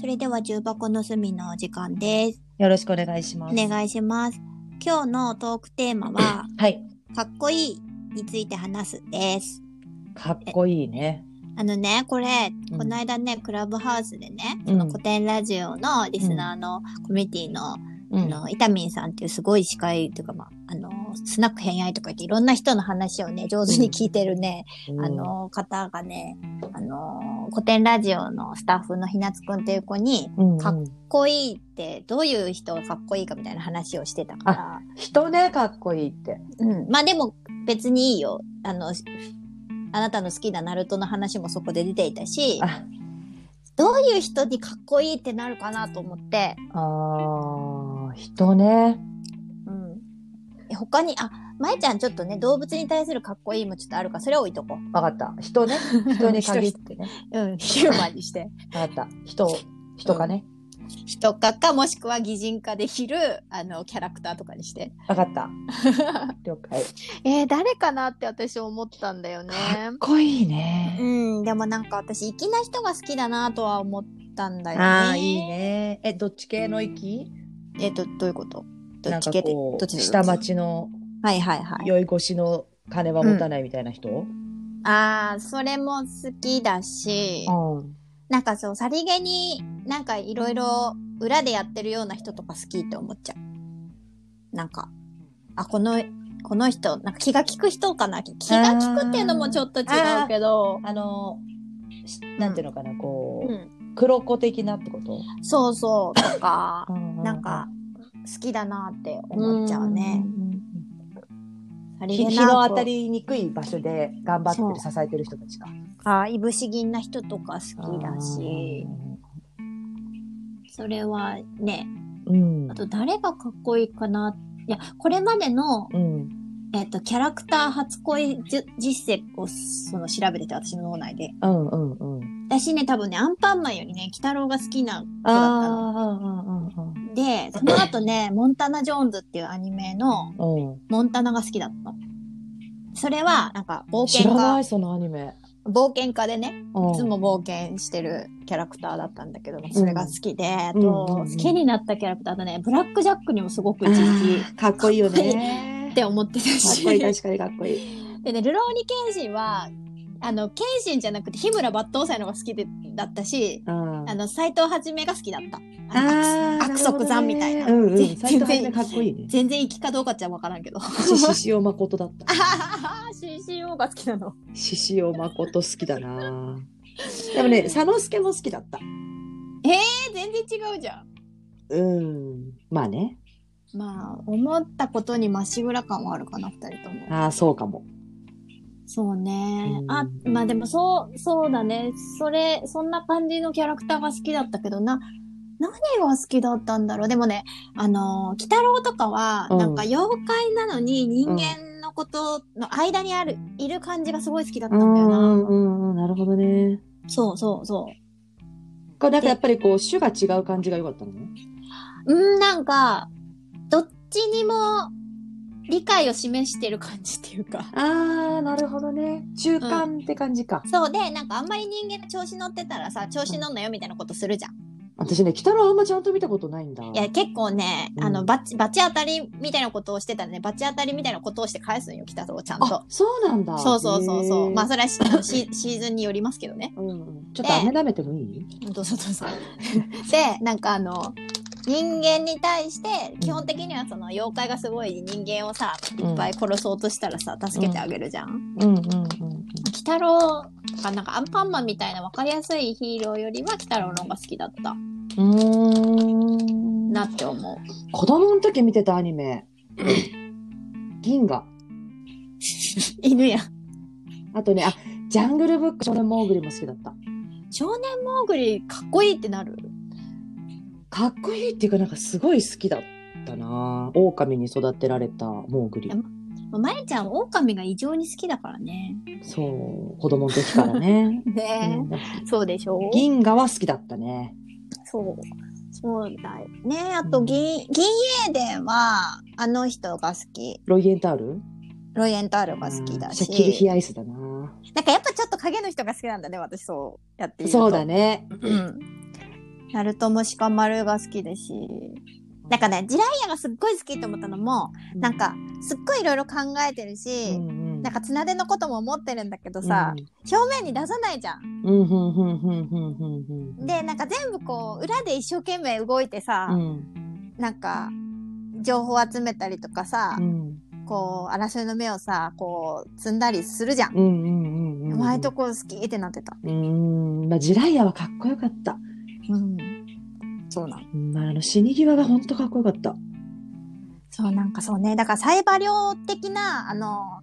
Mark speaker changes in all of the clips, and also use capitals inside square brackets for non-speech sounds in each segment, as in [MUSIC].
Speaker 1: それでは重箱の隅のお時間です。
Speaker 2: よろしくお願いしま
Speaker 1: お
Speaker 2: す。
Speaker 1: 願いします。今日のトークテーマ
Speaker 2: [LAUGHS]
Speaker 1: は、
Speaker 2: はい。
Speaker 1: かっこいいについて話すです。
Speaker 2: かっこいいね。
Speaker 1: あのね、これ、
Speaker 2: うん
Speaker 1: この間ね、クラブハウスでね、
Speaker 2: うん
Speaker 1: その古典ラジオのリスナーのコミュニティの、
Speaker 2: う
Speaker 1: あの、イタミンさんっていうすごい司会というか、まあ、あの、スナック偏愛とか言っていろんな人の話をね、上手に聞いてるね、あの、方がね、あの、古典ラジオのスタッフのひなつくんっていう子に、
Speaker 2: うん、うん
Speaker 1: かっかっこいいってどういう人がかっこいいかみたいな話をしてたから、
Speaker 2: 人ね、かっこいいって。
Speaker 1: うん、まあでも別にいいよあのあなたの好きなナルトの話もそこで出ていたし
Speaker 2: あ、
Speaker 1: どういう人にかっこいいってなるかなと思って、
Speaker 2: あー人ね。
Speaker 1: うん、え他にあまえちゃんちょっとね動物に対するかっこいいもちょっとあるからそれは置いとこ
Speaker 2: わかった。人 [LAUGHS] ね。人に限ってね。
Speaker 1: う、うん、ヒューマンにして
Speaker 2: わかった。人、人かね。
Speaker 1: 人かかもしくは擬人化できるあのキャラクターとかにして
Speaker 2: わかった。了 [LAUGHS] 解。
Speaker 1: えー誰かなって私思ったんだよね
Speaker 2: かっこいいね。
Speaker 1: うん、でもなんか私粋な人が好きだなとは思ったんだよね。
Speaker 2: ああ、いい。ね。え、どっち系の域
Speaker 1: えっ、とどういうこと？ど
Speaker 2: な
Speaker 1: っ
Speaker 2: んか
Speaker 1: ち系で？
Speaker 2: こ
Speaker 1: どっ
Speaker 2: う、
Speaker 1: ちで？
Speaker 2: 下町の
Speaker 1: はいはいはい。
Speaker 2: 酔い越しの金は持たないみたいな人うん。
Speaker 1: ああそれも好きだし、なんかそうさりげになんかいろいろ裏でやってるような人とか好きって思っちゃう。なんかあこのこの人なんか気が利く人かな気が利くっていうのもちょっと違うけど。
Speaker 2: あの、しなんていうのかな、こ
Speaker 1: う
Speaker 2: う、
Speaker 1: ん、
Speaker 2: 黒子的なってこと
Speaker 1: そうそうとか
Speaker 2: な
Speaker 1: なんか好きだなって思っちゃうね。。さり
Speaker 2: 日
Speaker 1: げなく
Speaker 2: 日の当たりにくい場所で頑張って
Speaker 1: そ
Speaker 2: る支えてる人たちが。
Speaker 1: ああいぶし銀な人とか好きだしそれはね
Speaker 2: うん
Speaker 1: あ。と誰がかっこいいかないやこれまでの、
Speaker 2: うん。
Speaker 1: えっとキャラクター初恋じゅ実績をその調べてて私の脳内で
Speaker 2: うんうんうん。
Speaker 1: 私ね多分ねアンパンマンよりね鬼太郎が好きな子だったの
Speaker 2: ああ、うん
Speaker 1: でその後
Speaker 2: [LAUGHS]
Speaker 1: ねモンタナ・ジョーンズっていうアニメの
Speaker 2: うんうん。
Speaker 1: モンタナが好きだったのそれはなんか冒
Speaker 2: 知
Speaker 1: 険
Speaker 2: らな
Speaker 1: 家
Speaker 2: い、そのアニメ。
Speaker 1: 冒険家でね
Speaker 2: うん
Speaker 1: いつも冒険してるキャラクターだったんだけども、それが好きで、あ
Speaker 2: うん
Speaker 1: と、
Speaker 2: うん
Speaker 1: 好きになったキャラクターだね、ブラックジャックにもすごく
Speaker 2: あ
Speaker 1: 実
Speaker 2: ー
Speaker 1: き
Speaker 2: かっこいいよ
Speaker 1: かっこ
Speaker 2: ね。
Speaker 1: って思ってた
Speaker 2: か
Speaker 1: [LAUGHS]
Speaker 2: っ
Speaker 1: し。
Speaker 2: こいい、確かにかっこいい。
Speaker 1: でね、ルローニケンシンは、あの、ケンシンじゃなくて、日村抜刀斎の方が好きでだったし、
Speaker 2: あ
Speaker 1: あの、斎藤はじめが好きだった。あ
Speaker 2: あ
Speaker 1: の悪徳さんみたいな。
Speaker 2: うんうん。
Speaker 1: 全
Speaker 2: 斎藤はじめ
Speaker 1: 然、
Speaker 2: かっこいいね。
Speaker 1: 全然生きかどうかじゃわからんけ [LAUGHS] ど。あ
Speaker 2: 獅子王誠だった。
Speaker 1: はは CCO が好きなの。
Speaker 2: 獅子王誠好きだな。でもね、佐之助も好きだった。
Speaker 1: え、全然違うじゃん。
Speaker 2: うん。まあね。
Speaker 1: まあ、思ったことにまっしぐら感はあるかな、二人とも。
Speaker 2: ああ、そうかも。
Speaker 1: そうね。
Speaker 2: うん
Speaker 1: あ、まあでもそう、そうだね。それ、そんな感じのキャラクターが好きだったけどな、何が好きだったんだろう。でもね、あのー、鬼太郎とかは、
Speaker 2: うん
Speaker 1: なんか妖怪なのに人間のことの間にある、いる感じがすごい好きだったんだよな。
Speaker 2: うんうん、なるほどね。
Speaker 1: そうそうそ
Speaker 2: これなんかやっぱりこう、種が違う感じが良かったのね。
Speaker 1: う。うん、なんか、どっちにも理解を示してる感じっていうか。
Speaker 2: ああ、なるほどね。中間って感じか。
Speaker 1: そうで、なんかあんまり人間が調子乗ってたらさ、調子乗んなよみたいなことするじゃん。
Speaker 2: 私ね、北郎あんまちゃんと見たことないんだ。
Speaker 1: いや結構ね、
Speaker 2: うん
Speaker 1: あのバチバチ当たりみたいなことをしてたらねバチ当たりみたいなことをして返すんよ北郎ちゃん
Speaker 2: あ
Speaker 1: と、。
Speaker 2: そうなんだ。
Speaker 1: そうそうそうそう
Speaker 2: へー
Speaker 1: まあそれはしあのシシーズンによりますけどね
Speaker 2: うん、ちょっと飴舐めてもいい、
Speaker 1: どうぞどうぞ [LAUGHS] でなんかあの人間に対して基本的にはその妖怪がすごい人間をさいっぱい殺そうとしたらさ助けてあげるじゃん。
Speaker 2: うんうんうん。
Speaker 1: 鬼太郎がなんかアンパンマンみたいな分かりやすいヒーローよりは鬼太郎の方が好きだった
Speaker 2: うーん
Speaker 1: なって思う。
Speaker 2: 子供の時見てたア
Speaker 1: [LAUGHS]
Speaker 2: ニメ。銀河。
Speaker 1: 犬や
Speaker 2: あとね、あ、ジャングルブック、少年モーグリも好きだった。
Speaker 1: 少年モーグリかっこいいってなる
Speaker 2: かっこいいっていうかなんかすごい好きだったな狼に育てられたモーグリ
Speaker 1: でもまあまえちゃん、狼が異常に好きだからね。、
Speaker 2: そう子供の時からね
Speaker 1: [LAUGHS] ねえ。そうでしょ
Speaker 2: うん
Speaker 1: う
Speaker 2: 銀河は好きだったね
Speaker 1: そう。そうだよね。あと、銀、銀英伝は、あの人が好き。
Speaker 2: ロイエンタール
Speaker 1: ロイエンタールが好きだ
Speaker 2: シャキリヒ
Speaker 1: し。
Speaker 2: アイスだな
Speaker 1: なんかやっぱちょっと影の人が好きなんだね、私そうやって言うと。
Speaker 2: そうだね
Speaker 1: うん。ナルトも鹿丸が好きだし。なんかね、ジライアがすっごい好きって思ったのも、なんか、すっごいいろいろ考えてる
Speaker 2: う
Speaker 1: し、
Speaker 2: んうん、
Speaker 1: なんか、綱手のことも思ってるんだけどさ、表面に出さないじゃん。
Speaker 2: うん、うんうんうんうんうんうんうん
Speaker 1: で、なんか全部こう、裏で一生懸命動いてさ、
Speaker 2: うん
Speaker 1: なんか、情報集めたりとかさ、
Speaker 2: うん
Speaker 1: こう、争いの目をさ、こう、積んだりするじゃん。
Speaker 2: うんうんうんうん
Speaker 1: お前とこ好きってなってた。
Speaker 2: うんまあジライアはかっこよかった、
Speaker 1: うん。そうなの。
Speaker 2: うん、あの死に際が本当かっこよかった
Speaker 1: そう、なんかそうね。だから、サイバリョウ的な、あの、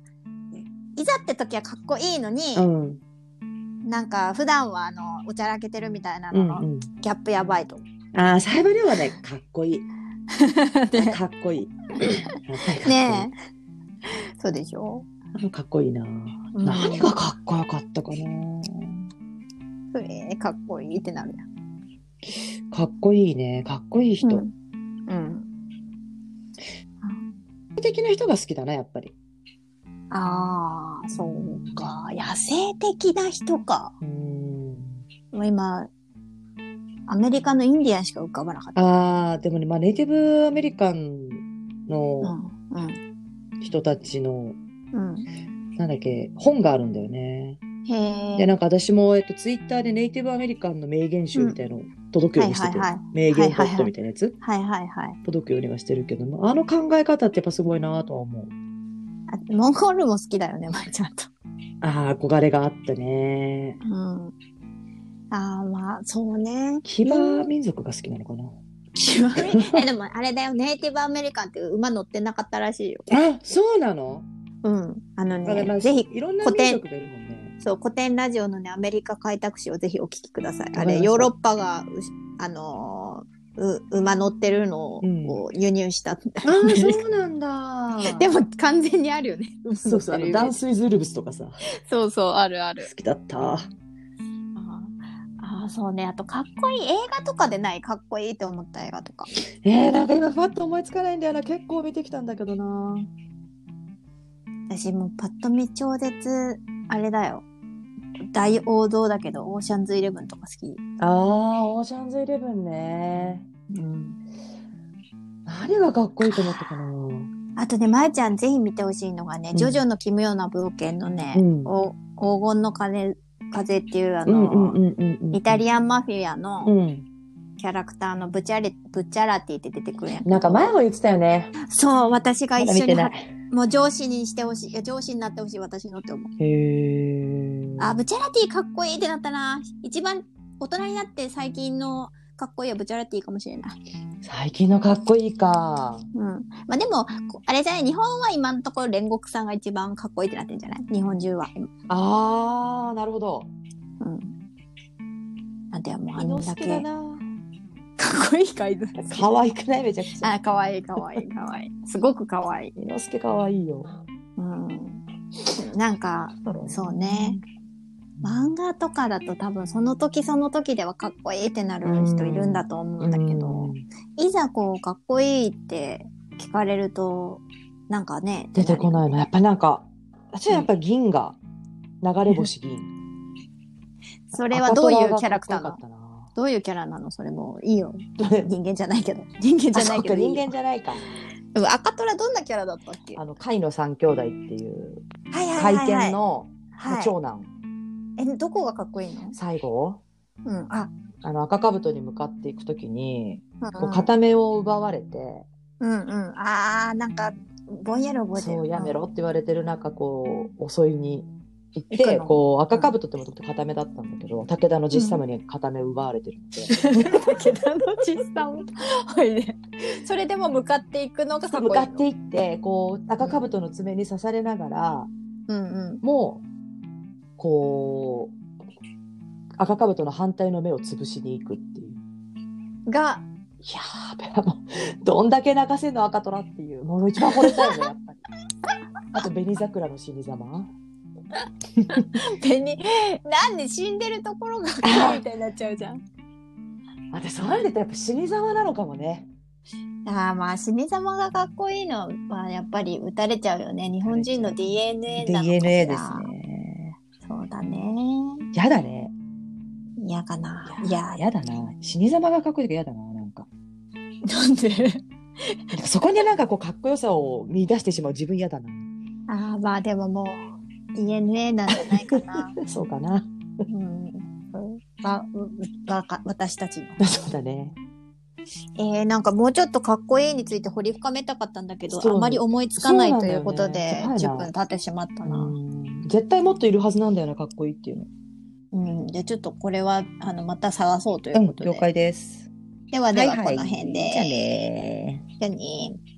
Speaker 1: いざって時はかっこいいのに、
Speaker 2: うん
Speaker 1: なんか普段はあのおちゃらけてるみたいな
Speaker 2: う
Speaker 1: の
Speaker 2: ん
Speaker 1: の
Speaker 2: うん
Speaker 1: ギャップやばい [LAUGHS] と。
Speaker 2: ああサイバリオはねかっこいい
Speaker 1: で
Speaker 2: かっ
Speaker 1: [LAUGHS]
Speaker 2: こいいはい
Speaker 1: ねえ。そうでしょ
Speaker 2: えかっこいいな、
Speaker 1: うん
Speaker 2: 何がかっこよかったかな
Speaker 1: うえーかっこいいってなるやん。
Speaker 2: かっこいいねかっこいい人、
Speaker 1: うん。うん
Speaker 2: 的な人が好きだなやっぱり
Speaker 1: ああ、そうか。野生的な人か。
Speaker 2: うん
Speaker 1: もう今、アメリカのインディアンしか浮かばなかった。
Speaker 2: あーでもね、まあ、ネイティブアメリカン
Speaker 1: う
Speaker 2: の
Speaker 1: ん。うん。
Speaker 2: 人たちの、
Speaker 1: う
Speaker 2: なんだっけ本があるんだよね
Speaker 1: ん。へ
Speaker 2: で
Speaker 1: え。
Speaker 2: なんか私も、えっと、ツイッターでネイティブアメリカンの名言集みたいのを届くようにしてて、
Speaker 1: はいはいはい
Speaker 2: 名言ポットみたいなやつ、
Speaker 1: はいはいはい。
Speaker 2: 届くようにはしてるけどもあの考え方ってやっぱすごいなとは思う
Speaker 1: あモンゴールも好きだよね、まいちゃんと。
Speaker 2: ああ憧れがあったね
Speaker 1: うん。ああ、まあ、そう
Speaker 2: [LAUGHS]
Speaker 1: ね。
Speaker 2: 騎馬民族が好きなのかな
Speaker 1: 極みえでもあれだよネイティブアメリカンっていう馬乗ってなかったらしいよ。
Speaker 2: あそうなの、
Speaker 1: うん、あの
Speaker 2: だからま
Speaker 1: ね
Speaker 2: あ
Speaker 1: ぜひ
Speaker 2: いろんな民族がいるもんね
Speaker 1: そう古典ラジオのねアメリカ開拓史をぜひお聞きください。あ
Speaker 2: わかりま
Speaker 1: れ
Speaker 2: した
Speaker 1: ヨーロッパがうしあのーう馬乗ってるのを
Speaker 2: うん
Speaker 1: こう輸入した。
Speaker 2: あーそうなん [LAUGHS] だ
Speaker 1: [LAUGHS] でも完全にあるよね。
Speaker 2: そうそうあのダンス・イズ・ウルブスとかさ
Speaker 1: そうそうあるある。
Speaker 2: 好きだった
Speaker 1: あーあーそうねあとかっこいい映画とかでないかっこいいって思った映画とか。
Speaker 2: えー、なんか今ふわっと思いつかないんだよな結構見てきたんだけどな
Speaker 1: 私もうパッと見超絶あれだよ大王道だけどオーシャンズイレブンとか好き、
Speaker 2: あーオーシャンズ・イレブンね何がかっこいいと思ったかな
Speaker 1: あとねまゆちゃんぜひ見てほしいのがね「
Speaker 2: うん
Speaker 1: ジョジョの奇妙な冒険」のね、
Speaker 2: うん
Speaker 1: お黄金の風風っていうあ
Speaker 2: う
Speaker 1: の、
Speaker 2: んうんうんうんうん
Speaker 1: イタリアンマフィア
Speaker 2: う
Speaker 1: の
Speaker 2: ん
Speaker 1: キャラクターのブチャレブチャラティって出てくるやん
Speaker 2: なんか前も言ってたよね
Speaker 1: そう私が
Speaker 2: ま
Speaker 1: 一緒
Speaker 2: だ見
Speaker 1: に
Speaker 2: て
Speaker 1: は
Speaker 2: ない
Speaker 1: もう上司にしてほしいいや上司になってほしい私のって思う
Speaker 2: へえ
Speaker 1: あ、ブチャラティかっこいいってなったな。一番大人になって最近のかっこいいはブチャラティかもしれない。
Speaker 2: 最近のかっこいいか
Speaker 1: うん。まあでも、こあれじゃない、日本は今のところ煉獄さんが一番かっこいいってなってんじゃない日本中は。
Speaker 2: あーなるほど
Speaker 1: うん。なんでもうあ
Speaker 2: 伊
Speaker 1: ん
Speaker 2: 之
Speaker 1: だ
Speaker 2: 助
Speaker 1: け。
Speaker 2: だ
Speaker 1: かっ
Speaker 2: な
Speaker 1: こいいかいず。
Speaker 2: 可愛くないめちゃくちゃ
Speaker 1: あ、かわいいかわいいかわいい。すごくかわいい。
Speaker 2: 伊之助可愛いよ
Speaker 1: うん。なんか、そうね。漫画とかだと多分その時その時ではかっこいいってなる人いるんだと思うんだけど。
Speaker 2: うん
Speaker 1: いざこうかっこいいって聞かれるとなんかね
Speaker 2: 出てこ
Speaker 1: い
Speaker 2: ないのやっぱりなんか私はやっぱ銀が流れ星銀
Speaker 1: それはどういうキャラクター
Speaker 2: だ
Speaker 1: なのどういうキャラなのそれもいい
Speaker 2: [LAUGHS]
Speaker 1: よ人間じゃないけど人間
Speaker 2: じ
Speaker 1: じ
Speaker 2: ゃ
Speaker 1: ゃ
Speaker 2: な
Speaker 1: ないい
Speaker 2: け
Speaker 1: け
Speaker 2: ど
Speaker 1: ど
Speaker 2: 人
Speaker 1: いい
Speaker 2: 間
Speaker 1: よ
Speaker 2: じゃないか
Speaker 1: でも赤虎どんなキャラだったっけ
Speaker 2: あの甲斐の三兄弟っていう
Speaker 1: はいはい
Speaker 2: 回
Speaker 1: はい、は
Speaker 2: 転
Speaker 1: い、
Speaker 2: の
Speaker 1: はい
Speaker 2: 長男
Speaker 1: えどこがかっこいいの
Speaker 2: 最後
Speaker 1: うんあ
Speaker 2: あの赤兜に向かっていくときに
Speaker 1: う
Speaker 2: こ
Speaker 1: ん
Speaker 2: う片目を奪われて
Speaker 1: うんうんあーなんかぼんやり覚えてる
Speaker 2: そうやめろって言われてる中こう襲いに行っ
Speaker 1: 行く
Speaker 2: て
Speaker 1: の
Speaker 2: こう赤兜ってもともと片目だったんだけど武田の実様に片目を奪われてるって。
Speaker 1: 武田のちっさんほいでそれでも向かっていくのがかっこいい
Speaker 2: [LAUGHS] 向
Speaker 1: の
Speaker 2: かっていってこう赤兜の爪に刺されながら
Speaker 1: うんうん
Speaker 2: もうこう赤兜の反対の目を潰しに行くっていう。
Speaker 1: が
Speaker 2: いやーべもうどんだけ泣かせんの赤虎っていうもう一番惚れたよねやっぱり。あと紅桜の死に様。
Speaker 1: になんで死んでるところがかっこいいみたいになっちゃうじゃん
Speaker 2: 私そうなんでやっぱ死に様なのかもね。
Speaker 1: ああまあ死に様がかっこいいのはやっぱり打たれちゃうよね日本人の DNA なのかしら
Speaker 2: ね。
Speaker 1: そうだね
Speaker 2: やだね。
Speaker 1: いや嫌かな。いや、
Speaker 2: やだな。死に様がかっこいいけどやだな、なんか。
Speaker 1: なんで
Speaker 2: なんかそこになんかこう、かっこよさを見出してしまう自分やだな。 [LAUGHS]
Speaker 1: ああ、まあでももう、ENA なんじゃないかな。
Speaker 2: そうかな。 [LAUGHS]
Speaker 1: うん。わ、わか、私たちの。
Speaker 2: そうだね。
Speaker 1: えー、なんかもうちょっとかっこいいについて掘り深めたかったんだけど、
Speaker 2: そう
Speaker 1: あまり思いつかない
Speaker 2: そうなん
Speaker 1: とい
Speaker 2: だよ
Speaker 1: う
Speaker 2: ね
Speaker 1: ことで、
Speaker 2: 辛いな
Speaker 1: 10分経ってしまったな。
Speaker 2: うん絶対もっといるはずなんだよな、かっこいいっていうの。
Speaker 1: うん、じゃあちょっとこれはあのまた探そうということで。
Speaker 2: です。
Speaker 1: ではでは
Speaker 2: はい
Speaker 1: こ
Speaker 2: はい
Speaker 1: の辺で。
Speaker 2: じゃあねー。
Speaker 1: じゃあねー